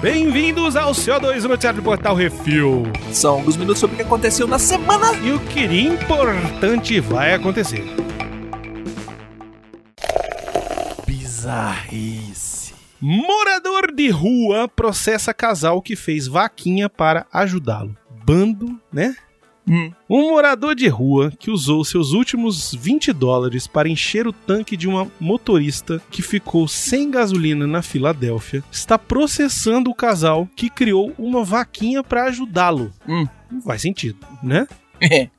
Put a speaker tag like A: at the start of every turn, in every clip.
A: Bem-vindos ao CO2 Noticiário do Portal Refil.
B: São alguns minutos sobre o que aconteceu na semana.
A: E o que de importante vai acontecer.
B: Bizarrice.
A: Morador de rua processa casal que fez vaquinha para ajudá-lo. Bando, né? Um morador de rua que usou seus últimos 20 dólares para encher o tanque de uma motorista que ficou sem gasolina na Filadélfia está processando o casal que criou uma vaquinha para ajudá-lo.
B: Hum.
A: Não faz sentido, né?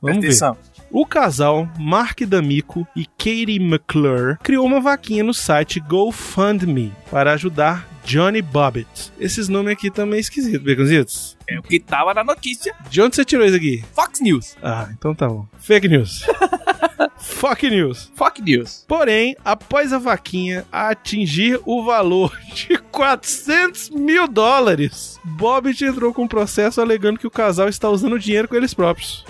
A: Vamos
B: Presta
A: ver.
B: É, atenção.
A: O casal Mark D'Amico e Katie McClure criou uma vaquinha no site GoFundMe para ajudar Johnny Bobbitt. Esses nomes aqui também esquisitos, Beconzitos.
B: É o que tava na notícia.
A: De onde você tirou isso aqui?
B: Fox News.
A: Ah, então tá bom. Fake news. Fake news.
B: Fox News.
A: Porém, após a vaquinha atingir o valor de 400 mil dólares, Bobbitt entrou com um processo alegando que o casal está usando o dinheiro com eles próprios.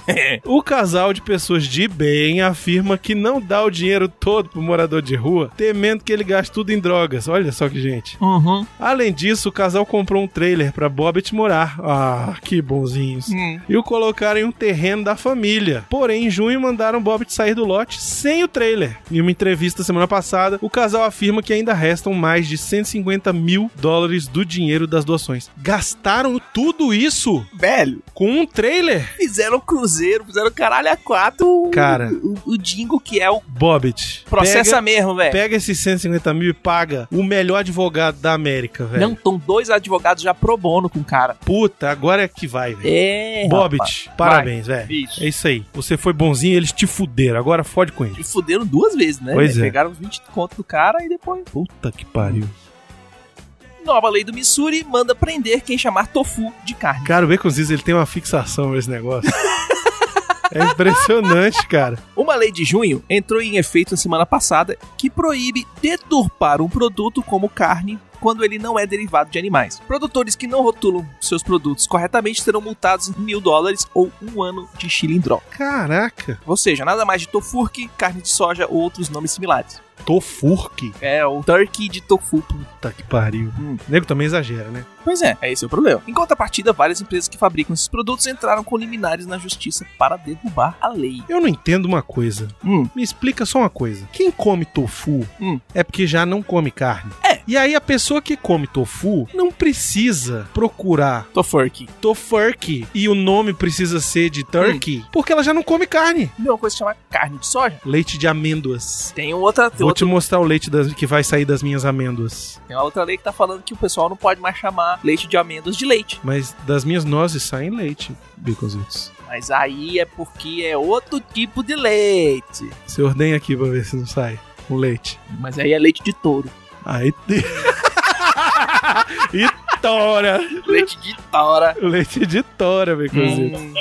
A: o casal de pessoas de bem afirma que não dá o dinheiro todo pro morador de rua, temendo que ele gaste tudo em drogas. Olha só que gente.
B: Uhum.
A: Além disso, o casal comprou um trailer pra Bobbitt morar. Ah, que bonzinhos
B: Hum.
A: e o colocaram em um terreno da família. Porém, em junho mandaram Bobbitt sair do lote sem o trailer. Em uma entrevista semana passada, o casal afirma que ainda restam mais de 150 mil dólares do dinheiro das doações. Gastaram tudo isso
B: Velho,
A: com um trailer?
B: fizeram cruzeiro, fizeram caralho a quatro.
A: Cara.
B: O, o Dingo que é o
A: Bobbitt.
B: processa
A: Pega...
B: mesmo, velho.
A: Pega esses 150 mil e paga o melhor advogado da América, velho.
B: Não, estão dois advogados já pro bono com o cara.
A: Puta, agora é que vai, velho.
B: É. rapaz.
A: Bobbitt, parabéns, velho.
B: Bicho.
A: É isso aí. Você foi bonzinho, eles te fuderam. Agora fode com ele.
B: E fuderam duas vezes, né?
A: Pois
B: velho?
A: é.
B: Pegaram os 20 conto do cara e depois.
A: Puta que pariu.
B: Nova lei do Missouri manda prender quem chamar tofu de carne.
A: Cara, o Baconzitos, ele tem uma fixação nesse negócio. É impressionante, cara.
B: Uma lei de junho entrou em efeito na semana passada que proíbe deturpar um produto como carne quando ele não é derivado de animais. Produtores que não rotulam seus produtos corretamente serão multados em mil dólares ou um ano de xilindró.
A: Caraca.
B: Ou seja, nada mais de tofurque, carne de soja ou outros nomes similares.
A: Tofurque.
B: É o turkey de tofu.
A: Puta que pariu.
B: Hum.
A: O nego também exagera, né?
B: Pois é, é esse o problema. Em contrapartida, várias empresas que fabricam esses produtos entraram com liminares na justiça para derrubar a lei.
A: Eu não entendo uma coisa.
B: Hum.
A: Me explica só uma coisa. Quem come tofu
B: Hum.
A: é porque já não come carne.
B: É.
A: E aí a pessoa que come tofu não precisa procurar
B: Tofurky.
A: tofurky e o nome precisa ser de turkey,
B: Hum.
A: porque ela já não come carne.
B: Não é uma coisa que chama carne de soja.
A: Leite de amêndoas.
B: Tem outra,
A: Vou te mostrar o leite das- que vai sair das minhas amêndoas.
B: Tem uma outra lei que tá falando que o pessoal não pode mais chamar leite de amêndoas de leite.
A: Mas das minhas nozes saem leite, Biconzitos.
B: Mas aí é porque é outro tipo de leite.
A: Você ordenha aqui pra ver se não sai um leite.
B: Mas aí é leite de touro.
A: Aí. te- e tora!
B: Leite de tora.
A: Leite de tora, Biconzitos.
B: Hum,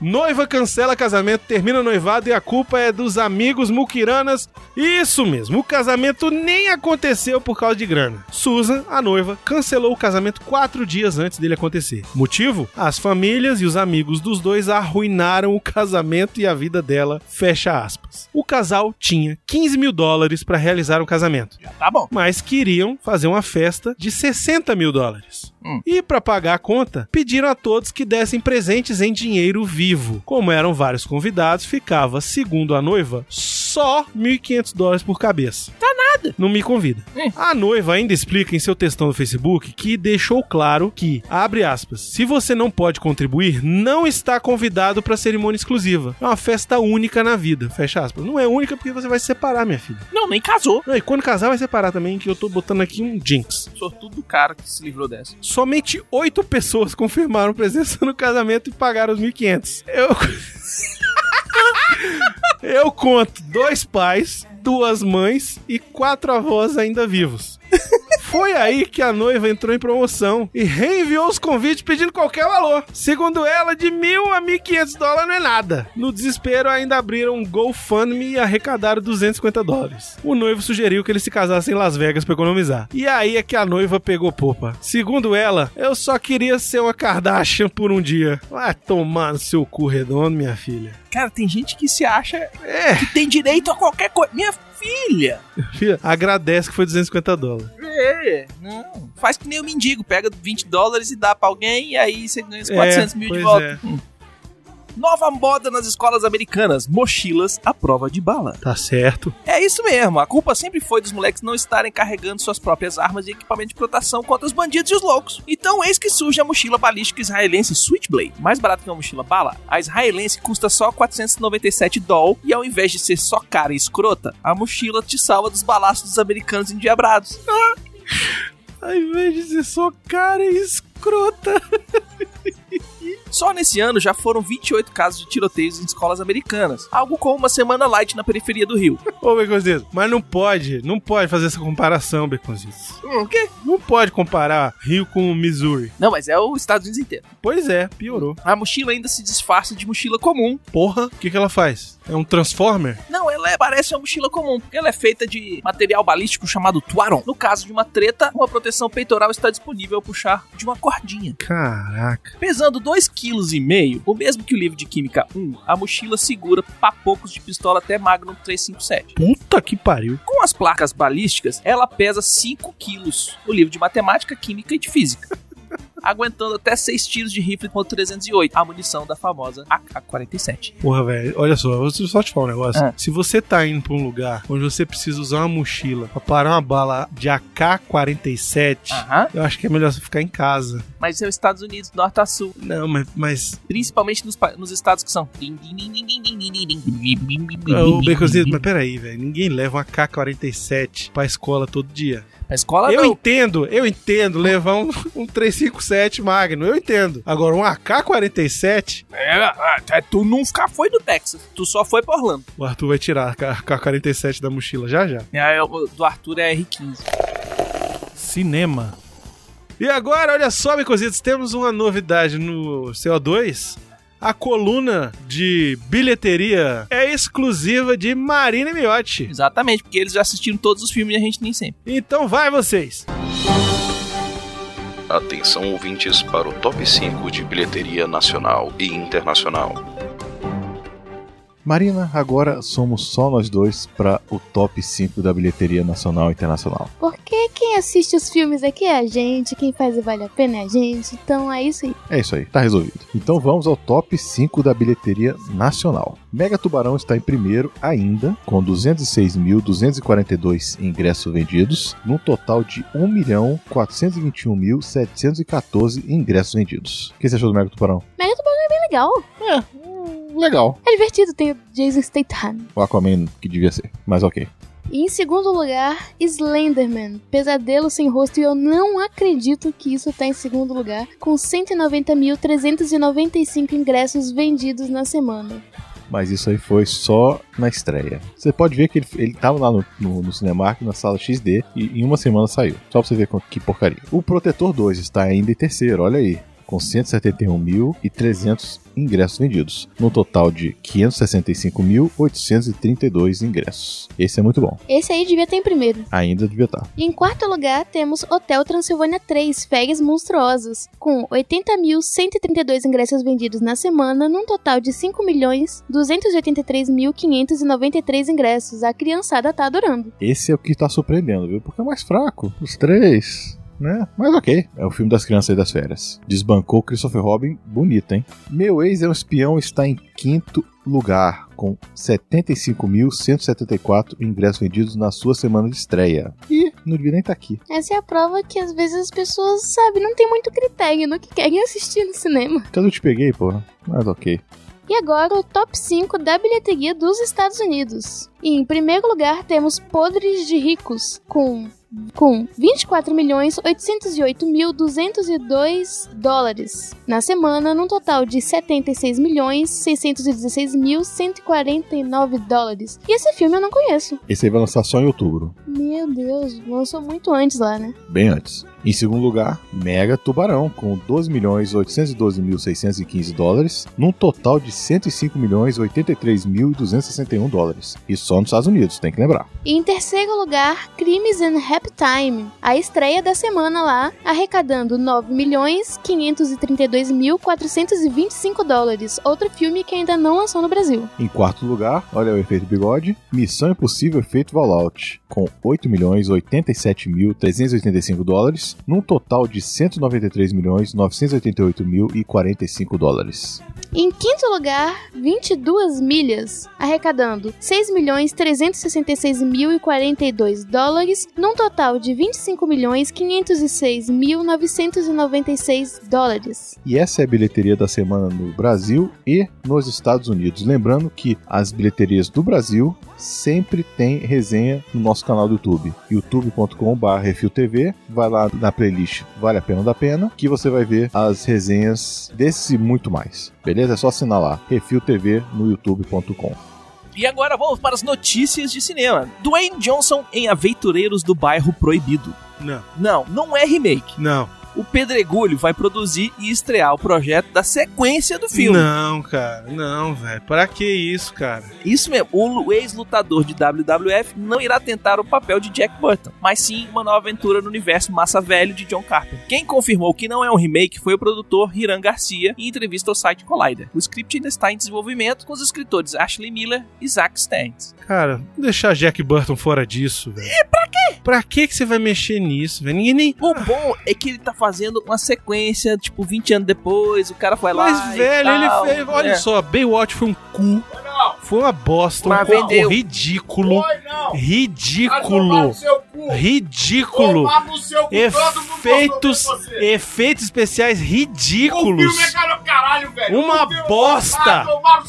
A: Noiva cancela casamento, termina noivado e a culpa é dos amigos muquiranas. Isso mesmo, o casamento nem aconteceu por causa de grana. Susan, a noiva, cancelou o casamento quatro dias antes dele acontecer. Motivo? As famílias e os amigos dos dois arruinaram o casamento e a vida dela. Fecha aspas. O casal tinha 15 mil dólares para realizar o casamento
B: já tá bom.
A: mas queriam fazer uma festa de 60 mil dólares.
B: Hum.
A: E para pagar a conta, pediram a todos que dessem presentes em dinheiro vivo. Como eram vários convidados, ficava, segundo a noiva, só 1.500 dólares por cabeça. Tá nada. Não me convida.
B: Hum.
A: A noiva ainda explica em seu textão no Facebook que deixou claro que, abre aspas, se você não pode contribuir, não está convidado para cerimônia exclusiva. É uma festa única na vida, fecha aspas. Não é única porque você vai se separar, minha filha.
B: Não, nem casou.
A: Não, e quando casar vai separar também, que eu tô botando aqui um jinx.
B: Sortudo do cara que se livrou dessa.
A: Somente oito pessoas confirmaram presença no casamento e pagaram os 1.500. Eu... eu conto dois pais, duas mães e quatro avós ainda vivos. Foi aí que a noiva entrou em promoção e reenviou os convites pedindo qualquer valor. Segundo ela, de mil a 1.500 dólares não é nada. No desespero, ainda abriram um GoFundMe e arrecadaram 250 dólares. O noivo sugeriu que eles se casassem em Las Vegas pra economizar. E aí é que a noiva pegou popa. Segundo ela, eu só queria ser uma Kardashian por um dia. Vai tomar no seu cu redondo, minha filha.
B: Cara, tem gente que se acha
A: É,
B: que tem direito a qualquer coisa. Minha filha.
A: Filha, agradece que foi 250 dólares.
B: É, não. Faz que nem o mendigo, pega 20 dólares e dá pra alguém, e aí você ganha os 400
A: É,
B: mil de
A: pois
B: volta.
A: é.
B: Hum. Nova moda nas escolas americanas: mochilas à prova de bala.
A: Tá certo.
B: É isso mesmo, a culpa sempre foi dos moleques não estarem carregando suas próprias armas e equipamento de proteção contra os bandidos e os loucos. Então eis que surge a mochila balística israelense Switchblade. Mais barato que uma mochila bala, a israelense custa só 497 doll e ao invés de ser só cara e escrota, a mochila te salva dos balaços dos americanos endiabrados.
A: Ao invés de ser só cara e escrota.
B: Só nesse ano já foram 28 casos de tiroteios em escolas americanas, algo como uma semana light na periferia do Rio.
A: Ô, Beconzitos, mas não pode, não pode fazer essa comparação, Beconzitos.
B: Hum, o quê?
A: Não pode comparar Rio com Missouri.
B: Não, mas é os Estados Unidos inteiro.
A: Pois é, piorou.
B: A mochila ainda se disfarça de mochila comum,
A: Porra, o que, que ela faz? É um Transformer?
B: Não, ela é- parece uma mochila comum, porque ela é feita de material balístico chamado tuaron. No caso de uma treta, uma proteção peitoral está disponível ao puxar de uma cordinha.
A: Caraca.
B: Pesando 2,5 kg, o mesmo que o livro de Química 1, a mochila segura papocos de pistola até Magnum 357.
A: Puta que pariu.
B: Com as placas balísticas, ela pesa 5 kg, o livro de Matemática, Química e de Física. Aguentando até 6 tiros de rifle com 308, a munição da famosa AK-47.
A: Porra, velho, olha só, eu vou só te falar um negócio.
B: Ah.
A: Se você tá indo pra um lugar onde você precisa usar uma mochila pra parar uma bala de AK-47,
B: Aham,
A: eu acho que é melhor você ficar em casa.
B: mas é os Estados Unidos, norte a sul.
A: Não, mas. mas
B: principalmente nos, pa- nos estados que são.
A: ô, Beconzitos, É, mas peraí, velho. Ninguém leva uma AK-47 pra escola todo dia.
B: A escola
A: eu
B: não. entendo.
A: entendo, eu entendo levar um, um 357 Magno, eu entendo. Agora, um AK-47,
B: É, tu nunca foi no Texas, tu só foi pra Orlando.
A: o Arthur vai tirar a AK-47 da mochila já já.
B: E aí, o do Arthur é R15.
A: Cinema. E agora, olha só, Micositos, temos uma novidade no CO2. A coluna de bilheteria é exclusiva de Marina Miotti.
B: Exatamente, porque eles já assistiram todos os filmes e a gente nem sempre.
A: Então vai vocês!
C: Atenção ouvintes para o top 5 de bilheteria nacional e internacional.
D: Marina, agora somos só nós dois para o top 5 da bilheteria nacional e internacional.
E: Porque quem assiste os filmes aqui é a gente, quem faz o Vale a Pena é a gente, então é isso aí.
D: É isso aí, tá resolvido. Então vamos ao top 5 da bilheteria nacional. Mega Tubarão está em primeiro ainda, com 206.242 ingressos vendidos, num total de 1.421.714 ingressos vendidos. O que você achou do Mega Tubarão? Hum,
E: Mega Tubarão é bem legal.
D: Legal.
E: É divertido, tem o Jason Statham.
D: O Aquaman que devia ser, mas ok.
E: E em segundo lugar, Slenderman. Pesadelo sem rosto e eu não acredito que isso tá em segundo lugar, com 190.395 ingressos vendidos na semana.
D: Mas isso aí foi só na estreia. Você pode ver que ele, ele tava lá no, no, no Cinemark, na sala XD, e em uma semana saiu. Só pra você ver com- que porcaria. O Protetor 2 está ainda em terceiro, olha aí. Com 171.300 ingressos vendidos. No total de 565.832 ingressos. Esse é muito bom.
E: Esse aí devia estar em primeiro.
D: Ainda devia estar.
E: E em quarto lugar, temos Hotel Transilvânia 3, Férias Monstruosas, com 80.132 ingressos vendidos na semana, num total de 5.283.593 ingressos. A criançada tá adorando.
D: Esse é o que tá surpreendendo, viu? Porque é mais fraco. Os três. Né? Mas ok. É o filme das crianças e das férias. Desbancou Christopher Robin, bonito, hein? Meu ex é um espião está em quinto lugar, com 75.174 ingressos vendidos na sua semana de estreia. E não devia nem estar aqui.
E: Essa é a prova que às vezes as pessoas, sabe, não tem muito critério no que querem assistir no cinema.
D: Então eu te peguei, porra. Mas ok.
E: E agora o top 5 da bilheteria dos Estados Unidos. E em primeiro lugar temos Podres de Ricos, com, com 24.808.202 dólares na semana, num total de 76.616.149 dólares. E esse filme eu não conheço.
D: Esse aí vai lançar só em outubro.
E: Meu Deus, lançou muito antes lá, né?
D: Bem antes. Em segundo lugar, Mega Tubarão, com 12.812.615 dólares, num total de 105.083.261 dólares. Isso só nos Estados Unidos, tem que lembrar.
E: E em terceiro lugar, Crimes and Rap Time, a estreia da semana lá, arrecadando 9.532.425 dólares, outro filme que ainda não lançou no Brasil.
D: Em quarto lugar, olha o efeito bigode, Missão Impossível Efeito Fallout, com 8.087.385 dólares, num total de 193.988.045 dólares.
E: Em quinto lugar, 22 milhas, arrecadando 6.366.042 dólares, num total de 25.506.996 dólares.
D: E essa é a bilheteria da semana no Brasil e nos Estados Unidos. Lembrando que as bilheterias do Brasil sempre tem resenha no nosso canal do YouTube, youtube.com.br RefilTV. Vai lá na playlist Vale a Pena ou da Pena, que você vai ver as resenhas desse e muito mais. Beleza? É só assinar lá, Refil TV no youtube.com.
B: E agora vamos para as notícias de cinema. Dwayne Johnson em Aventureiros do Bairro Proibido.
A: Não,
B: Não, não é remake.
A: não.
B: O Pedregulho vai produzir e estrear o projeto da sequência do filme.
A: Não, cara. Não, velho. Pra que isso, cara?
B: Isso mesmo, o lu- ex-lutador de WWF não irá tentar o papel de Jack Burton, mas sim uma nova aventura no universo massa velho de John Carpenter. Quem confirmou que não é um remake foi o produtor Hiram Garcia em entrevista ao site Collider. O script ainda está em desenvolvimento com os escritores Ashley Miller e Zack Stanz.
A: Cara, deixar Jack Burton fora disso, velho. E pra quê? Pra que que você vai mexer nisso, velho? Ninguém nem...
B: O bom é que ele tá fazendo uma sequência, tipo, 20 anos depois, o cara foi lá. é.
A: Mas, velho, ele fez... Olha
B: só.
A: só, Baywatch foi um cu. Foi uma bosta, um
B: Mas
A: cu
B: vendeu.
A: ridículo. Ridículo. Ridículo. Efeitos, efeitos especiais ridículos. Uma bosta.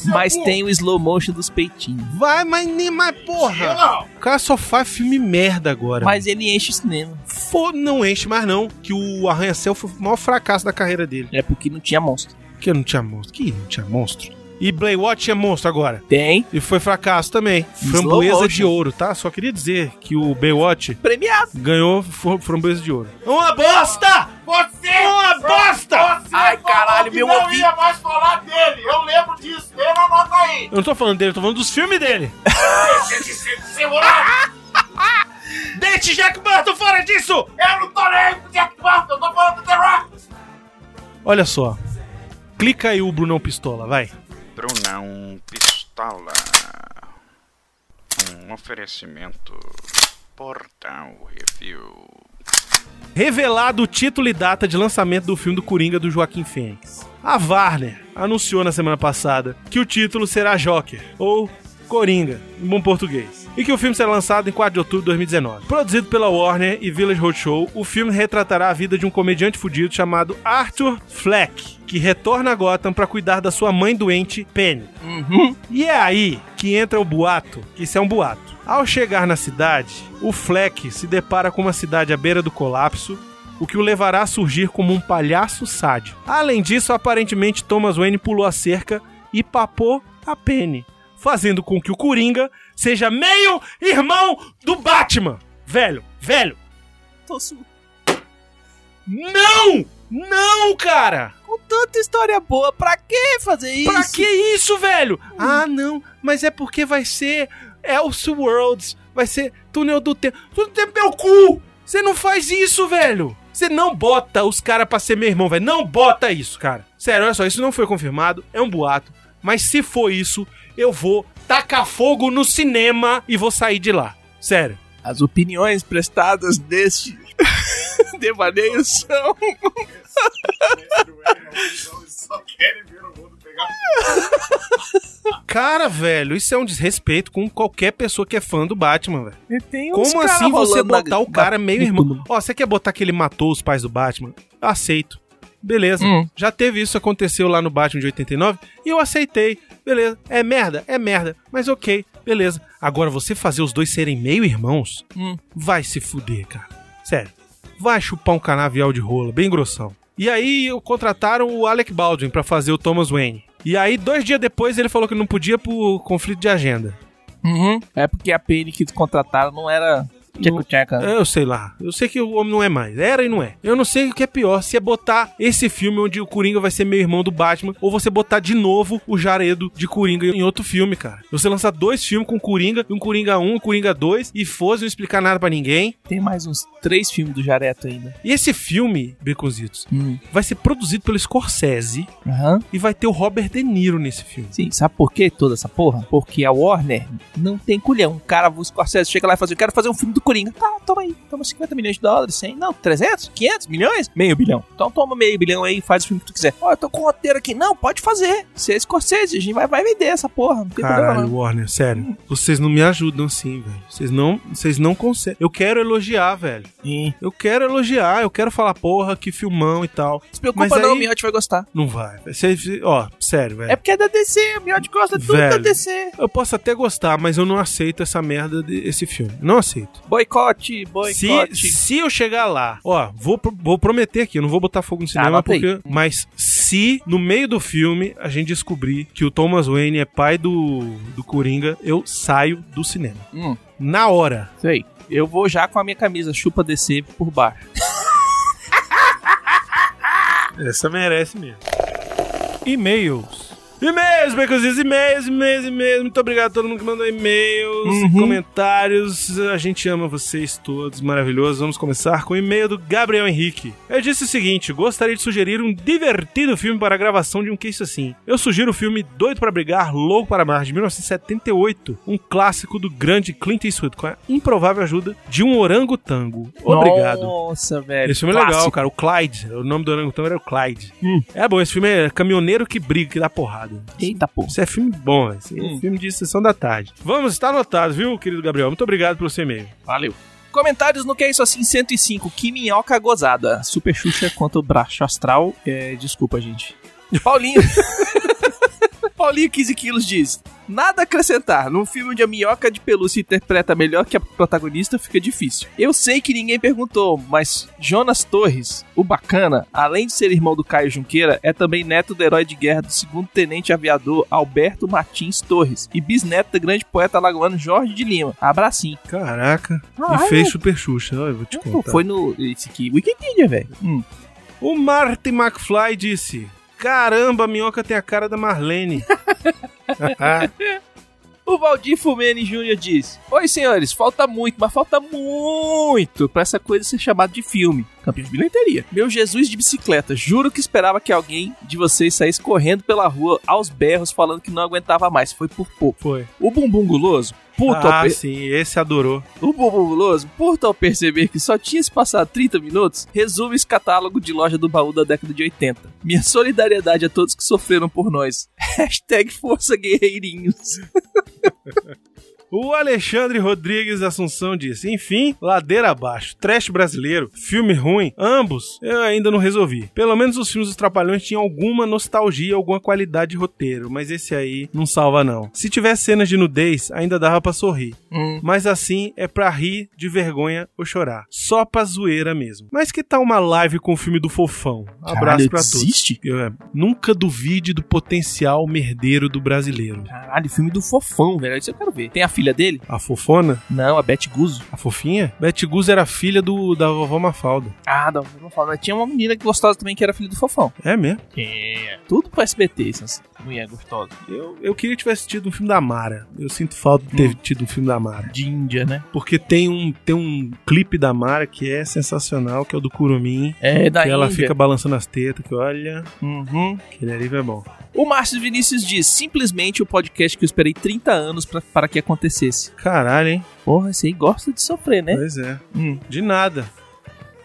B: Mas tem o slow motion dos peitinhos.
A: Vai, mas nem mais, porra. O cara só faz filme merda agora.
B: Mas ele enche o cinema.
A: Fo- não enche mais não, que o Arranha-Céu foi o maior fracasso da carreira dele.
B: É porque não tinha monstro.
A: Porque não tinha monstro. Que não tinha monstro? E Baywatch tinha monstro agora.
B: Tem.
A: E foi fracasso também.
B: Slow
A: Framboesa
B: motion.
A: de ouro, tá? Só queria dizer que o Baywatch
B: Premiado.
A: ganhou fr- framboesa de ouro. Uma bosta! Você! Uma bosta!
B: Ai, caralho, meu ouvido.
A: Eu não tô falando dele, eu tô falando dos filmes dele. Deixe Jack Burton fora disso! Olha só. Clica aí o Brunão Pistola, vai.
C: Brunão Pistola. Um oferecimento. Portal Review.
A: Revelado o título e data de lançamento do filme do Coringa do Joaquim Fênix. A Warner anunciou na semana passada que o título será Joker, ou Coringa, em bom português. E que o filme será lançado em 4 de outubro de 2019. Produzido pela Warner e Village Roadshow, o filme retratará a vida de um comediante fudido chamado Arthur Fleck, que retorna a Gotham para cuidar da sua mãe doente, Penny. E é aí que entra o boato, que isso é um boato. Ao chegar na cidade, o Fleck se depara com uma cidade à beira do colapso, o que o levará a surgir como um palhaço sádico. Além disso, aparentemente Thomas Wayne pulou a cerca e papou a Penny, fazendo com que o Coringa seja meio irmão do Batman. Velho, velho,
B: Tô su-
A: não! Não, cara!
B: Com tanta história boa, pra que fazer isso?
A: Pra que isso, velho? Ah, não, mas é porque vai ser Elseworlds, vai ser Túnel do Tempo. Túnel do Tempo é meu cu! Você não faz isso, velho! Você não bota os caras pra ser meu irmão, velho. Não bota isso, cara. Sério, olha só, isso não foi confirmado, é um boato. Mas se for isso, eu vou tacar fogo no cinema e vou sair de lá. Sério.
B: As opiniões prestadas deste devaneio são...
A: Cara, velho, isso é um desrespeito com qualquer pessoa que é fã do Batman, velho.
B: Tem uns
A: Como
B: cara
A: assim você
B: rolando na-
A: botar o
B: na-
A: cara meio
B: no
A: irmão?
B: túmulo.
A: Ó, você quer botar que ele matou os pais do Batman? Aceito. Beleza.
B: Hum.
A: Já teve isso, aconteceu lá no Batman de 89 e eu aceitei. Beleza. É merda? É merda. Mas ok, beleza. Agora você fazer os dois serem meio irmãos,
B: Hum.
A: vai se fuder, cara. Sério. Vai chupar um canavial de rola, bem grossão. E aí eu- contrataram o Alec Baldwin pra fazer o Thomas Wayne. E aí, dois dias depois, ele falou que não podia por conflito de agenda.
B: Uhum. É porque a Penny que contrataram não era
A: No-
B: Tcheco-tcheca.
A: Eu sei lá. Eu sei que o homem não é mais. Era e não é. Eu não sei o que é pior, se é botar esse filme onde o Coringa vai ser meio irmão do Batman, ou você botar de novo o Jaredo de Coringa em outro filme, cara. Você lançar dois filmes com Coringa, um Coringa 1, um Coringa 2, e fosse não explicar nada pra ninguém.
B: Tem mais uns três filmes do Jareto ainda.
A: E esse filme, Beconzitos,
B: Hum.
A: vai ser produzido pelo Scorsese
B: Aham.
A: e vai ter o Robert De Niro nesse filme.
B: Sim, sabe por que toda essa porra? Porque a Warner não tem culhão. O cara, o Scorsese, chega lá e faz, eu quero fazer um filme do Coringa. Tá, toma aí, toma 50 milhões de dólares, 100, não, 300, 500 milhões, meio bilhão. Então toma meio bilhão aí e faz o filme que tu quiser. Ó, eu tô com o roteiro aqui. Não, pode fazer. Você é Scorsese, a gente vai, vai vender essa porra, não tem problema
A: Caralho,
B: não.
A: Warner, sério. Vocês não me ajudam assim, velho. Vocês não, vocês não conseguem. Eu quero elogiar, velho.
B: Ih,
A: Eu quero elogiar, eu quero falar, porra, que filmão e tal.
B: Não se preocupa
A: Mas
B: não,
A: aí-
B: o Miotti vai gostar.
A: Não vai. velho. Cê- Ó, sério, velho.
B: É porque é da DC, o Miotti gosta tudo
A: Velho.
B: da DC.
A: Eu posso até gostar, mas eu não aceito essa merda desse filme. Não aceito.
B: Boicote,
A: Se,
B: boicote.
A: se eu chegar lá, ó, vou, pro- vou prometer aqui, eu não vou botar fogo no cinema,
B: anota Ah, aí.
A: porque. Mas se no meio do filme a gente descobrir que o Thomas Wayne é pai do, do Coringa, eu saio do cinema.
B: Hum.
A: Na hora.
B: Sei. Eu vou já com a minha camisa chupa DC por baixo.
A: Essa merece mesmo. E-mails. E-mails, Becositos, e-mails, e-mails, e-mails. Muito obrigado a todo mundo que mandou e-mails,
B: Uhum.
A: comentários. A gente ama vocês todos, maravilhosos. Vamos começar com o e-mail do Gabriel Henrique. Eu disse o seguinte: gostaria de sugerir um divertido filme para a gravação de um case assim. Eu sugiro o filme Doido para Brigar, Louco para Amar, de 1978, um clássico do grande Clint Eastwood, com a improvável ajuda de um orangotango. Obrigado.
B: Nossa, velho.
A: Esse filme é
B: Clássico.
A: legal, cara. O Clyde. O nome do orangotango era o Clyde.
B: Hum.
A: É bom, esse filme é caminhoneiro que briga, que dá porrada.
B: Eita porra.
A: Isso é filme bom, velho. Isso é
B: Hum.
A: filme de sessão da tarde. Vamos, está anotado, viu, querido Gabriel? Muito obrigado pelo seu e-mail.
B: Valeu. Comentários no Que É Isso Assim 105. Que minhoca gozada. Super Xuxa quanto o braço astral. É, desculpa, gente. Paulinho. Paulinho, 15 quilos, diz... Nada a acrescentar. Num filme onde a minhoca de pelúcia interpreta melhor que a protagonista, fica difícil. Eu sei que ninguém perguntou, mas Jonas Torres, o bacana, além de ser irmão do Caio Junqueira, é também neto do herói de guerra do segundo tenente aviador Alberto Martins Torres e bisneto do grande poeta alagoano Jorge de Lima. Abracinho.
A: Caraca.
B: Ah,
A: e fez super Xuxa, ó, eu vou te
B: Pô,
A: contar.
B: Tipo, foi no. Esse aqui, Wikipedia, velho.
A: O Marty McFly disse: Caramba, a minhoca tem a cara da Marlene.
B: O Valdir Fumene Júnior diz: Oi, senhores, falta muito, mas falta muito pra essa coisa ser chamada de filme. Campeão de bilheteria. Meu Jesus de bicicleta, juro que esperava que alguém de vocês saísse correndo pela rua aos berros falando que não aguentava mais. Foi por pouco.
A: foi.
B: O Bumbum Guloso, puto ao
A: ah,
B: pe-
A: sim, esse adorou.
B: O Bobo Guloso, por tal perceber que só tinha se passado 30 minutos, resume esse catálogo de loja do baú da década de 80. Minha solidariedade a todos que sofreram por nós. Hashtag Força Guerreirinhos.
A: O Alexandre Rodrigues Assunção disse: Enfim, ladeira abaixo, trash brasileiro, filme ruim, ambos eu ainda não resolvi. Pelo menos os filmes dos Trapalhões tinham alguma nostalgia, alguma qualidade de roteiro, mas esse aí não salva não. Se tivesse cenas de nudez, ainda dava pra sorrir,
B: Hum.
A: mas assim é pra rir de vergonha ou chorar, só pra zoeira mesmo. Mas que tal uma live com o filme do Fofão? Abraço pra todos.
B: existe?
A: Eu, é, nunca duvide do potencial merdeiro do brasileiro.
B: Caralho, filme do fofão, velho. Isso eu quero ver. Tem a filha dele?
A: A fofona?
B: Não, a Beth Guzzo.
A: A fofinha? Betty Guzzo era filha do, da vovó Mafalda.
B: Ah, não, não falo. Mas tinha uma menina gostosa também que era filha do fofão.
A: É mesmo?
B: É. Tudo pro SBT, essas mulher gostosa.
A: Eu, eu queria que tivesse tido um filme da Mara. Eu sinto falta de ter
B: Hum.
A: tido um filme da Mara.
B: De Índia, né?
A: Porque tem um, tem um clipe da Mara que é sensacional, que é o do Curumim.
B: É, da
A: que ela
B: Índia.
A: fica balançando as tetas, que olha,
B: Uhum.
A: aquele ali é bom.
B: O Márcio Vinícius diz: simplesmente o podcast que eu esperei 30 anos pra, para que acontecesse.
A: Caralho, hein?
B: Porra, esse aí gosta de sofrer, né?
A: Pois é.
B: Hum.
A: De nada.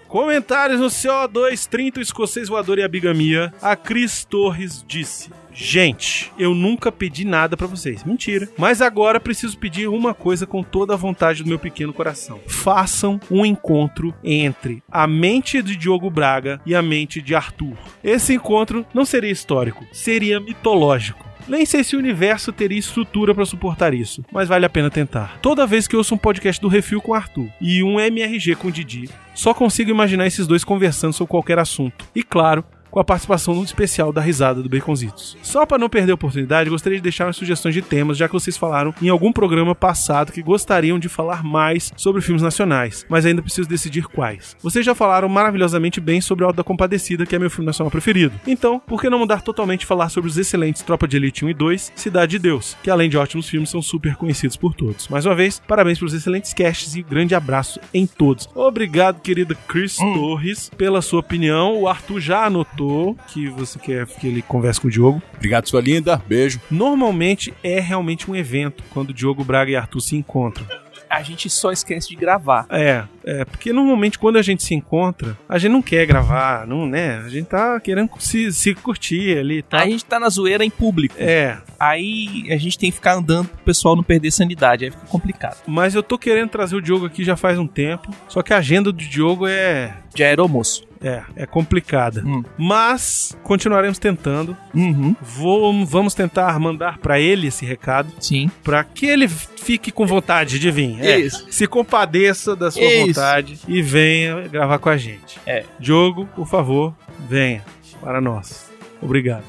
A: Comentários no CO2, 30, o escocês voador e a bigamia. A Cris Torres disse: Gente, eu nunca pedi nada pra vocês. Mentira. Mas agora preciso pedir uma coisa com toda a vontade do meu pequeno coração. Façam um encontro entre a mente de Diogo Braga e a mente de Arthur. Esse encontro não seria histórico, seria mitológico. Nem sei se o universo teria estrutura pra suportar isso, mas vale a pena tentar. Toda vez que eu ouço um podcast do Refil com o Arthur e um MRG com o Didi, só consigo imaginar esses dois conversando sobre qualquer assunto. E claro, com a participação num especial da risada do Baconzitos. Só para não perder a oportunidade, gostaria de deixar umas sugestões de temas, já que vocês falaram em algum programa passado que gostariam de falar mais sobre filmes nacionais, mas ainda preciso decidir quais. Vocês já falaram maravilhosamente bem sobre Auto da Compadecida, que é meu filme nacional preferido. Então, por que não mudar totalmente e falar sobre os excelentes Tropa de Elite 1 e 2, Cidade de Deus, que além de ótimos filmes, são super conhecidos por todos. Mais uma vez, parabéns pelos excelentes casts e grande abraço em todos. Obrigado, querido Chris
F: Hum.
A: Torres, pela sua opinião. O Arthur já anotou que você quer que ele converse com o Diogo.
F: Obrigado, sua linda. Beijo.
A: Normalmente é realmente um evento quando Diogo Braga e Arthur se encontram.
B: A gente só esquece de gravar.
A: É, é, porque normalmente quando a gente se encontra, a gente não quer gravar, não, né? A gente tá querendo se, se curtir ali e tal.
B: A gente tá na zoeira em público.
A: É,
B: Aí a gente tem que ficar andando pro pessoal não perder sanidade. Aí fica complicado.
A: mas eu tô querendo trazer o Diogo aqui já faz um tempo. Só que a agenda do Diogo é.
B: Já era almoço.
A: É, é complicada.
B: Hum.
A: Mas continuaremos tentando.
B: Uhum.
A: Vou, vamos tentar mandar pra ele esse recado
B: Sim.
A: pra que ele fique com vontade de vir. É,
B: Isso.
A: se compadeça da sua
B: Isso.
A: vontade e venha gravar com a gente.
B: É.
A: Diogo, por favor, venha para nós. Obrigado.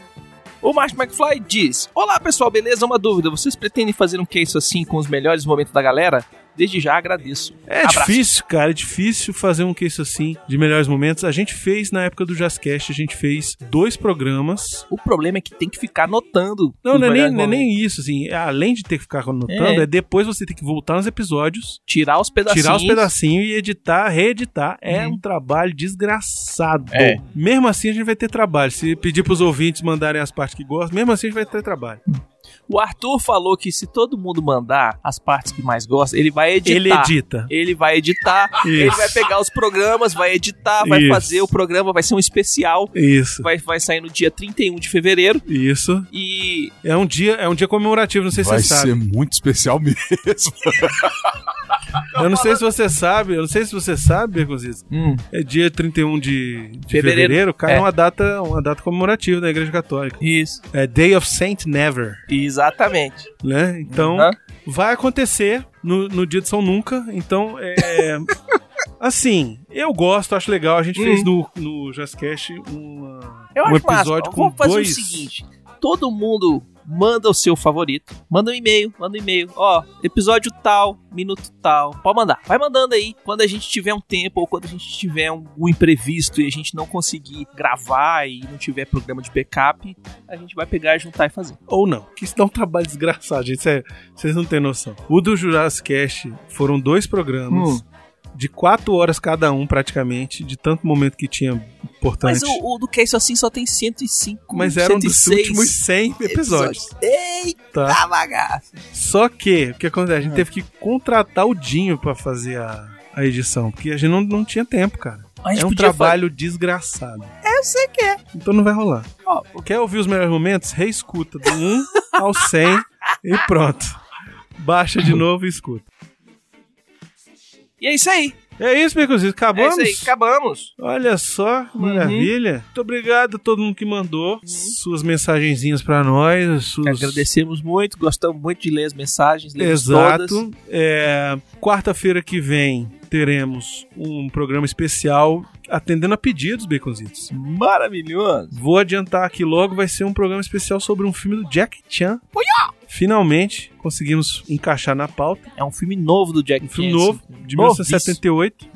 B: O Martin McFly diz: Olá pessoal, beleza? Uma dúvida: vocês pretendem fazer um case assim com os melhores momentos da galera? Desde já agradeço.
A: É
B: Abraço.
A: difícil, cara. É difícil fazer um case assim de melhores momentos. A gente fez na época do Jazzcast, a gente fez dois programas.
B: O problema é que tem que ficar anotando.
A: Não,
B: os
A: não é, nem,
B: melhores
A: não é nem
B: momentos.
A: isso, assim. É, Além de ter que ficar anotando,
B: É.
A: é depois você tem que voltar nos episódios
B: Tirar os pedacinhos.
A: Tirar os pedacinhos e editar, reeditar. É
B: Uhum.
A: um trabalho desgraçado.
B: É.
A: Mesmo assim, a gente vai ter trabalho. Se pedir pros ouvintes mandarem as partes que gostam, mesmo assim a gente vai ter trabalho.
B: O Arthur falou que se todo mundo mandar as partes que mais gosta, ele vai editar.
A: Ele edita.
B: Ele vai editar, ele
A: Isso.
B: vai pegar os programas, vai editar, vai
A: Isso.
B: fazer o programa, vai ser um especial.
A: Isso.
B: Vai, vai sair no dia 31 de fevereiro.
A: Isso.
B: E
A: É um dia, é um dia comemorativo, não sei se
F: Vai
A: você sabe.
F: ser muito especial mesmo.
A: Eu não sei se você sabe, eu não sei se você sabe, Bergonzitos.
B: hum,
A: É dia 31 de, de
B: Fevereiro.
A: fevereiro, cai
B: É.
A: uma data, uma data comemorativa da Igreja Católica.
B: isso.
A: É Day of Saint Never,
B: Exatamente.
A: né? Então,
B: Hã?
A: vai acontecer no, no dia de São Nunca. Então, é. assim, eu gosto, acho legal. A gente
B: Uhum.
A: fez no, no Jazzcast uma.
B: Eu
A: um
B: acho
A: episódio
B: massa.
A: com
B: Vamos fazer
A: dois-
B: o seguinte: todo mundo manda o seu favorito, manda um e-mail, manda um e-mail. Ó, episódio tal, minuto tal. Pode mandar. Vai mandando aí. Quando a gente tiver um tempo ou quando a gente tiver um, um imprevisto e a gente não conseguir gravar e não tiver programa de backup, a gente vai pegar, juntar e fazer.
A: Ou não. Que isso dá um trabalho desgraçado, gente. Sério, vocês não têm noção. O do Jurassicast foram dois
B: Hum.
A: programas. De quatro horas cada um, praticamente, de tanto momento que tinha importante.
B: Mas o, o do Case assim só tem 105.
A: Mas eram dos
B: 106
A: últimos 100 episódios.
B: Eita,
A: Tá?
B: bagaça.
A: Só que, o que acontece? A gente teve que contratar o Dinho pra fazer a, a edição, porque a gente não, não tinha tempo, cara.
B: A gente
A: É um
B: podia
A: trabalho desgraçado.
B: fazer- Eu sei que é.
A: Então não vai rolar.
B: Ó,
A: Quer ouvir os melhores momentos? Reescuta do 1 ao 100 e pronto. Baixa de novo e escuta.
B: E é isso aí.
A: É isso, Microsoft.
B: É
A: Acabamos?
B: isso aí. Uhum. Acabamos.
A: Olha só, que maravilha. Muito obrigado a todo mundo que mandou
B: Uhum.
A: suas mensagenzinhas pra nós. os Seus...
B: Agradecemos muito, gostamos muito de ler as mensagens, lemos todas.
A: Exato. É, Quarta-feira que vem teremos um programa especial atendendo a pedidos, Baconzitos.
B: Maravilhoso.
A: Vou adiantar aqui logo, vai ser um programa especial sobre um filme do Jack Chan. Finalmente conseguimos encaixar na pauta.
B: É um filme novo do Jack
A: Um filme
B: Jensen.
A: novo, de 1978.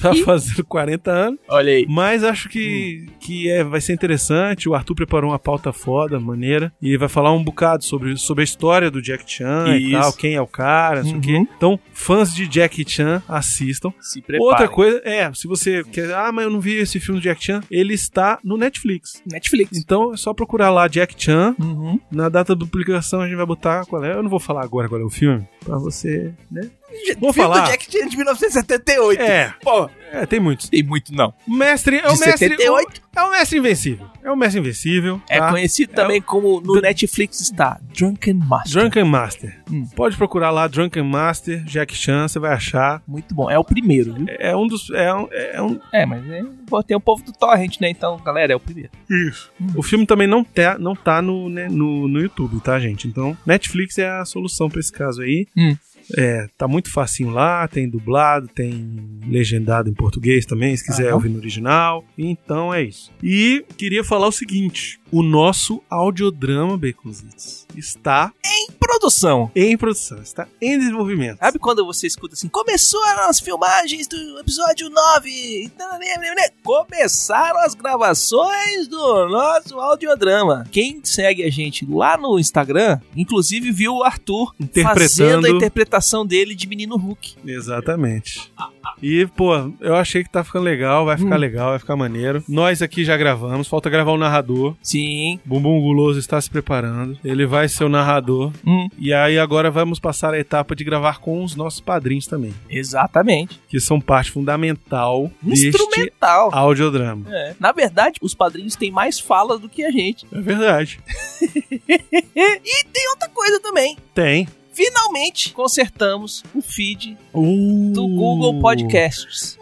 A: tá fazendo 40 anos.
B: Olha aí.
A: Mas acho que,
B: Hum.
A: que é, vai ser interessante. O Arthur preparou uma pauta foda, maneira. E vai falar um bocado sobre, sobre a história do Jack Chan
B: Isso.
A: e tal, quem é o cara, não sei o quê.
B: Uhum.
A: Então, fãs de Jack Chan, assistam.
B: Se prepare.
A: Outra coisa, é, se você quer. Ah, mas eu não vi esse filme do Jack Chan. Ele está no Netflix.
B: Netflix.
A: Então é só procurar lá Jack Chan.
B: Uhum.
A: Na data da publicação a gente vai botar qual é. Eu não vou falar agora qual é o filme. Pra você, né? Vou
B: filme
A: falar.
B: do Jack Chan de 1978.
A: É,
B: Pô,
A: é, tem muitos.
B: tem muito não.
A: O mestre é
B: De
A: o mestre.
B: 78?
A: o- é o mestre invencível. É o mestre invencível.
B: É
A: tá?
B: conhecido também como no Netflix está Drunken Master.
A: Drunken Master.
B: Hum.
A: Pode procurar lá Drunken Master, Jack Chan, você vai achar.
B: Muito bom. É o primeiro, viu?
A: É um dos. É um, é um-
B: É, mas é, pô, tem o povo do Torrent, né? Então, galera, é o primeiro.
A: o filme também não, tá não tá no, né, no, no YouTube, tá, gente? Então, Netflix é a solução pra esse caso aí.
B: Hum.
A: É, tá muito facinho lá, tem dublado, tem legendado em português também, se
B: Ah,
A: quiser ouvir no original. Então é isso. E queria falar o seguinte: o nosso audiodrama Baconzitos está
B: Produção.
A: em produção, está em desenvolvimento.
B: Sabe quando você escuta assim, começaram as filmagens do episódio então, né, 9. Começaram as gravações do nosso audiodrama. Quem segue a gente lá no Instagram, inclusive viu o Arthur fazendo a
A: Interpretando.
B: interpretação dele de Menino Hulk.
A: Exatamente. E, pô, eu achei que tá ficando legal, vai ficar
B: Hum.
A: legal, vai ficar maneiro. Nós aqui já gravamos, falta gravar o narrador.
B: Sim.
A: Bumbum Guloso está se preparando. Ele vai ser o narrador.
B: Hum,
A: E aí agora vamos passar a etapa de gravar com os nossos padrinhos também,
B: exatamente.
A: que são parte fundamental deste
B: Instrumental.
A: audiodrama.
B: É. Na verdade, os padrinhos têm mais falas do que a gente.
A: É verdade.
B: e tem outra coisa também.
A: Tem.
B: Finalmente consertamos o feed do
A: Do
B: Google Podcasts.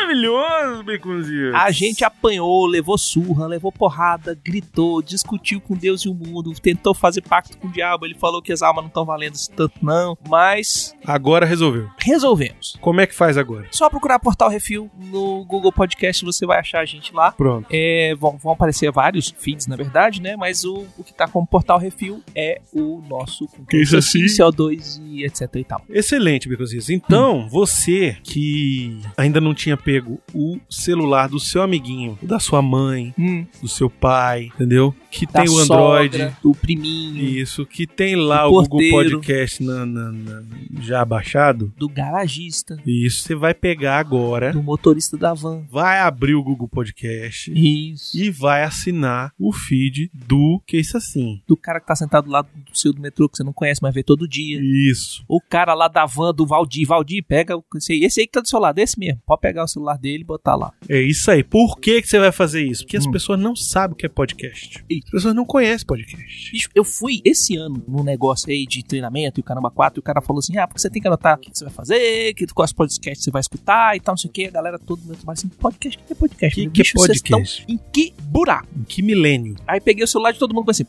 A: Maravilhoso, Baconzitos.
B: A gente apanhou, levou surra, levou porrada, gritou, discutiu com Deus e o mundo, tentou fazer pacto com o diabo. Ele falou que as almas não estão valendo esse tanto, não. Mas
A: Agora resolveu.
B: resolvemos.
A: Como é que faz agora?
B: Só procurar Portal Refil no Google Podcast, você vai achar a gente lá.
A: Pronto.
B: É, vão, vão aparecer vários feeds, na verdade, né? Mas o, o que tá como portal refil é o nosso
A: Que isso assim?
B: CO2 e etc e tal.
A: Excelente, Baconzitos. Então, você que ainda não tinha pego o celular do seu amiguinho, da sua mãe, do seu pai, entendeu? Que
B: Da
A: Hum, tem o
B: sogra,
A: Android.
B: do priminho,
A: Isso, que tem lá
B: Do
A: o Google
B: porteiro.
A: Podcast na- na- na- já baixado.
B: do garagista,
A: Isso, você vai pegar agora,
B: do motorista da van.
A: vai abrir o Google Podcast
B: Isso.
A: e vai assinar o feed do Que Isso Assim.
B: Do cara que tá sentado lá do seu do metrô que você não conhece, mas vê todo dia.
A: Isso.
B: O cara lá da van do Valdir. Valdir, pega o- esse aí, esse aí que tá do seu lado, esse mesmo. Pode pegar o celular dele e botar lá.
A: É isso aí. Por que, que você vai fazer isso? Porque as
B: Hum.
A: pessoas não sabem o que é podcast.
B: E-
A: As pessoas não conhecem podcast.
B: Bicho, eu fui esse ano num negócio aí de treinamento e o caramba 4, e o cara falou assim: ah, porque você tem que anotar o que que você vai fazer, que quais podcast você vai escutar e tal, não sei o que. A galera toda do meu trabalho assim: podcast, o que é podcast?
A: Que
B: Eu falei,
A: que é
B: "Bicho, vocês
A: podcast?"
B: estão Em que buraco?
A: Em que milênio?
B: Aí peguei o celular de todo mundo e pensei: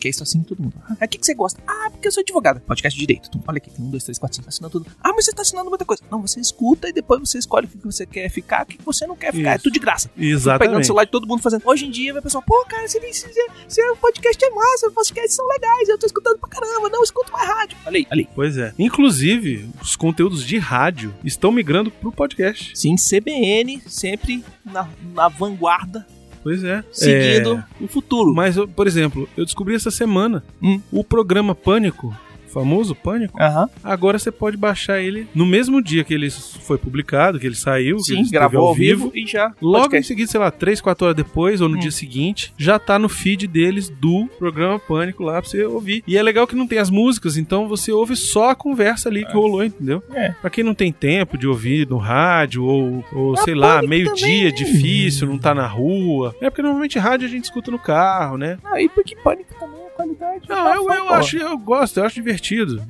B: que é isso assim, todo mundo. Ah, o que, que você gosta? Ah, porque eu sou advogada. Podcast de direito. Tum, Olha aqui, tem um, dois, três, quatro, cinco, assinando tudo. Ah, mas você tá assinando muita coisa. Não, você escuta e depois você escolhe o que que você quer ficar, o que que você não quer ficar. É
A: Isso.
B: tudo de graça pegando o
A: Exatamente.
B: celular de todo mundo fazendo. Hoje em dia, vai o pessoal, pô, cara, esse, esse, esse- esse podcast é massa, os podcasts são legais, eu tô escutando pra caramba, não eu escuto mais rádio. Olha aí, olha aí.
A: Pois é. Inclusive, os conteúdos de rádio estão migrando pro podcast.
B: Sim, CBN sempre na, na vanguarda,
A: Pois é.
B: seguindo o futuro.
A: Mas, eu, por exemplo, eu descobri essa semana
B: Hum.
A: o programa Pânico, famoso Pânico.
B: Aham,
A: Agora você pode baixar ele no mesmo dia que ele foi publicado, que ele saiu, que ele
B: sim,
A: esteve
B: gravou ao vivo, e já.
A: Logo em
B: podcast.
A: seguida, sei lá, 3, 4 horas depois, ou no
B: Hum.
A: dia seguinte, já tá no feed deles do programa Pânico lá pra você ouvir. E é legal que não tem as músicas, então você ouve só a conversa ali que rolou, entendeu?
B: É.
A: Pra quem não tem tempo de ouvir no rádio, ou, ou
B: Ah,
A: sei lá,
B: Pânico
A: meio-dia,
B: também, né?
A: difícil, não tá na rua. É porque normalmente rádio a gente escuta no carro, né?
B: Ah, e porque pânico também é qualidade.
A: Não, Ah, eu, eu
B: Pô.
A: acho, eu gosto, eu acho divertido.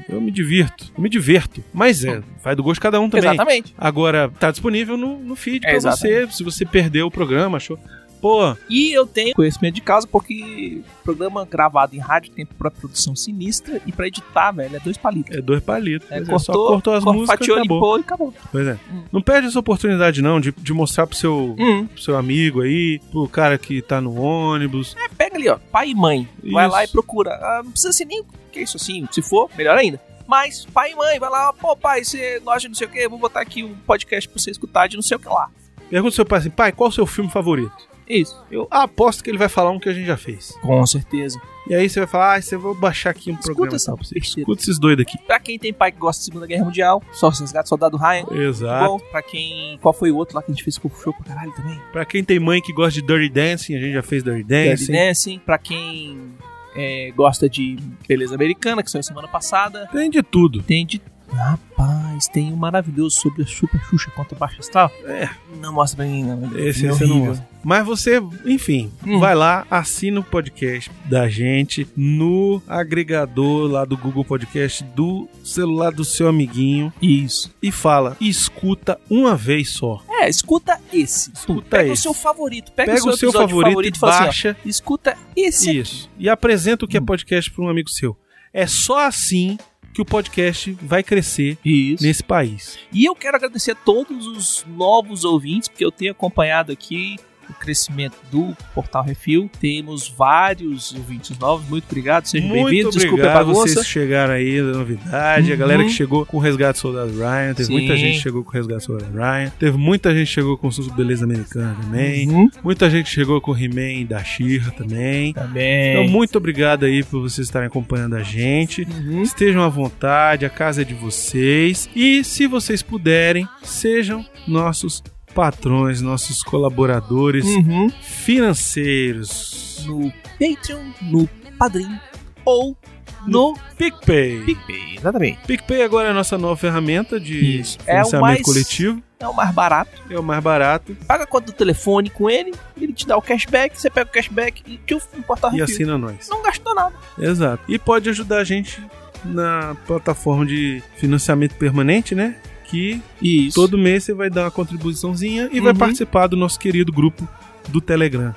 A: Eu me divirto. Eu me diverto. Mas é, vai do gosto de cada um também.
B: Exatamente.
A: Agora, tá disponível no, no feed
B: É,
A: pra você, se você perdeu o programa, achou. Pô,
B: E eu tenho conhecimento de causa porque programa gravado em rádio tem pra produção sinistra e pra editar, velho, é dois palitos.
A: é dois palitos.
B: É,
A: Pois é,
B: cortou,
A: só cortou as
B: Corta,
A: músicas e
B: fatiou,
A: acabou.
B: limpou e acabou.
A: Pois é.
B: Hum.
A: Não perde essa oportunidade, não, de, de mostrar pro seu,
B: Hum.
A: pro seu amigo aí, pro cara que tá no ônibus.
B: pega ali, ó, pai e mãe. Vai
A: Isso.
B: lá e procura. Ah, não precisa ser nem o que é isso assim, se for, melhor ainda. Mas, pai e mãe, vai lá, ó, pô, pai, você gosta de não sei o que, vou botar aqui um podcast pra você escutar de não sei o que lá.
A: Pergunta pro seu pai assim, pai, qual o seu filme favorito?
B: Isso.
A: Eu aposto que ele vai falar um que a gente já fez.
B: Com certeza.
A: E aí você vai falar, ah, você vai baixar aqui um
B: Escuta
A: programa.
B: essa besteira.
A: Escuta esses doidos aqui.
B: Pra quem tem pai que gosta de Segunda Guerra Mundial, só resgate soldado Ryan.
A: Exato.
B: Bom, pra quem. Qual foi o outro lá que a gente fez com o show pra caralho também?
A: Pra quem tem mãe que gosta de Dirty Dancing, a gente já fez Dirty Dancing.
B: Dirty Dancing. Pra quem é, gosta de Beleza Americana, que saiu semana passada.
A: Tem de tudo.
B: Tem de. Rapaz, tem um maravilhoso sobre a Super Xuxa contra o Baixo Astral.
A: É.
B: Não mostra pra mim, não.
A: Esse
B: é
A: você não
B: horrível.
A: gosta. Mas você, enfim,
B: Hum.
A: vai lá, assina o podcast da gente no agregador lá do Google Podcast do celular do seu amiguinho
B: Isso.
A: e fala, escuta uma vez só.
B: É, escuta esse.
A: Escuta
B: pega o
A: esse.
B: seu favorito. Pega,
A: Pega o seu
B: episódio
A: favorito,
B: favorito
A: e
B: e fala assim,
A: baixa
B: ó, Hum. escuta esse.
A: isso e apresenta o que é podcast para um amigo seu. É só assim que o podcast vai crescer
B: Isso.
A: nesse país.
B: E eu quero agradecer a todos os novos ouvintes, porque eu tenho acompanhado aqui o crescimento do Portal Refil. Temos vários ouvintes novos. Muito obrigado, sejam
A: Muito
B: bem-vindos. Desculpa a
A: obrigado vocês
B: bagunça.
A: que chegaram aí da novidade. A galera
B: Uhum.
A: que chegou com o Resgate Soldado Ryan. Teve
B: Sim.
A: muita gente que chegou com o Resgate Soldado Ryan. Teve muita gente que chegou com o Sus Beleza Americana também.
B: Uhum.
A: Muita gente que chegou com o He-Man da Shira também. Então,
B: Também.
A: muito obrigado aí por vocês estarem acompanhando a gente.
B: Uhum.
A: Estejam à vontade, a casa é de vocês. E se vocês puderem, sejam nossos patrões, nossos colaboradores
B: Uhum.
A: financeiros.
B: No Patreon, no Padrim ou no
A: PicPay.
B: PicPay. Exatamente.
A: PicPay agora é a nossa nova ferramenta de
B: Isso. É
A: financiamento
B: o mais-
A: coletivo.
B: É o mais barato.
A: É o mais barato.
B: Paga a conta do telefone com ele, ele te dá o cashback, você pega o cashback e assim- tchuf, no Portal
A: E
B: Refil.
A: assina nós.
B: Não gastou nada.
A: Exato. E pode ajudar a gente na plataforma de financiamento permanente, né? Que
B: Isso.
A: Todo mês você vai dar uma contribuiçãozinha e vai
B: Uhum.
A: participar do nosso querido grupo do Telegram.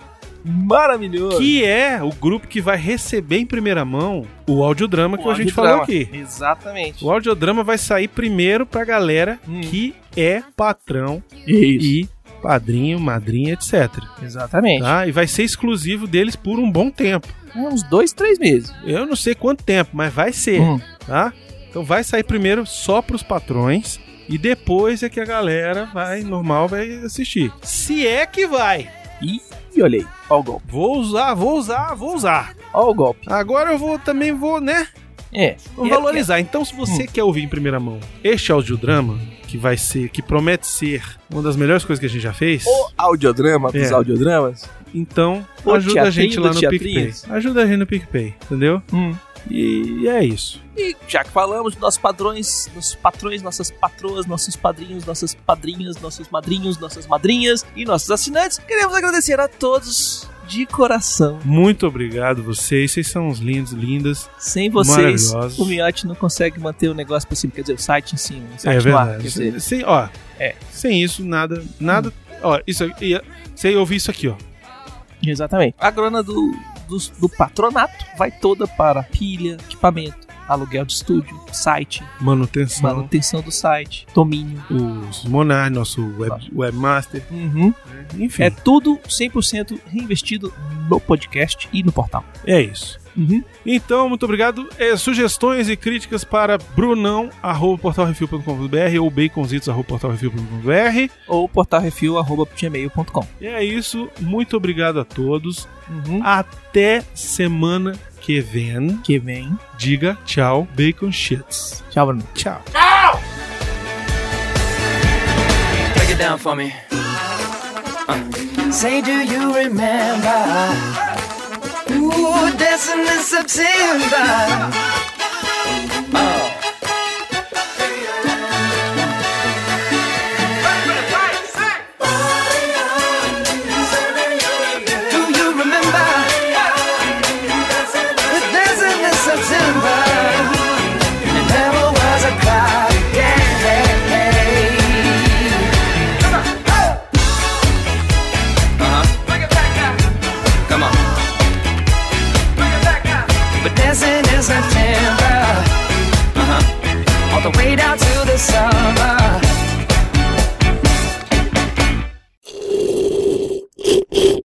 B: maravilhoso.
A: Que é o grupo que vai receber em primeira mão o audiodrama que a gente falou aqui.
B: Exatamente.
A: O audiodrama vai sair primeiro pra galera
B: Hum.
A: que é patrão
B: é Isso.
A: e padrinho, madrinha, etc.
B: Exatamente.
A: Tá? E vai ser exclusivo deles por um bom tempo.
B: É uns dois, três meses.
A: Eu não sei quanto tempo, mas vai ser,
B: Hum.
A: tá? Então vai sair primeiro só pros patrões e depois é que a galera vai normal vai assistir. Se é que vai.
B: E olhei. Ó o golpe.
A: Vou usar, vou usar, vou usar.
B: Ó o golpe.
A: Agora eu vou também vou, né?
B: É.
A: Vou
B: E
A: valorizar. Então, se você
B: Hum.
A: quer ouvir em primeira mão este audiodrama, que vai ser, que promete ser uma das melhores coisas que a gente já fez,
B: O audiodrama dos
A: É.
B: audiodramas.
A: então
B: o
A: ajuda a
B: teatrinho
A: gente lá
B: do
A: no
B: teatrinho.
A: PicPay. Ajuda a gente no PicPay, entendeu?
B: Hum.
A: E é isso.
B: E já que falamos dos nossos padrões, nossos patrões, nossas patroas, nossos padrinhos, nossas padrinhas, nossos madrinhos, nossas madrinhas e nossos assinantes, queremos agradecer a todos de coração.
A: Muito obrigado vocês, vocês são uns lindos, lindas.
B: Sem vocês,
A: Maravilhosos.
B: o Miote não consegue manter o negócio pra cima. Quer dizer, o site em cima, o
A: é
B: site no ar. Quer
A: verdade.
B: dizer,
A: Sem, sem- ó,
B: É.
A: sem isso, nada, nada. Ó, isso, e- você ouvir isso aqui, ó.
B: Exatamente. A grana do, do, do patronato vai toda para pilha, equipamento, aluguel de estúdio, site,
A: Manutenção,
B: manutenção do site, domínio.
A: os Monar, nosso web, webmaster, enfim.
B: É tudo 100% reinvestido no podcast e no portal.
A: É isso.
B: Uhum.
A: Então, muito obrigado. É, sugestões e críticas para brunão.portalrefil.com.br ou baconzitos.portalrefil.com.br.
B: Ou portalrefil.gmail.com.
A: E é isso. Muito obrigado a todos.
B: Uhum.
A: Até semana que vem.
B: Que vem.
A: Diga tchau, Bacon Shits.
B: Tchau, Bruno.
A: Tchau.
G: Break it down for me. Uh. Say, do you remember? Ooh, dancing in September.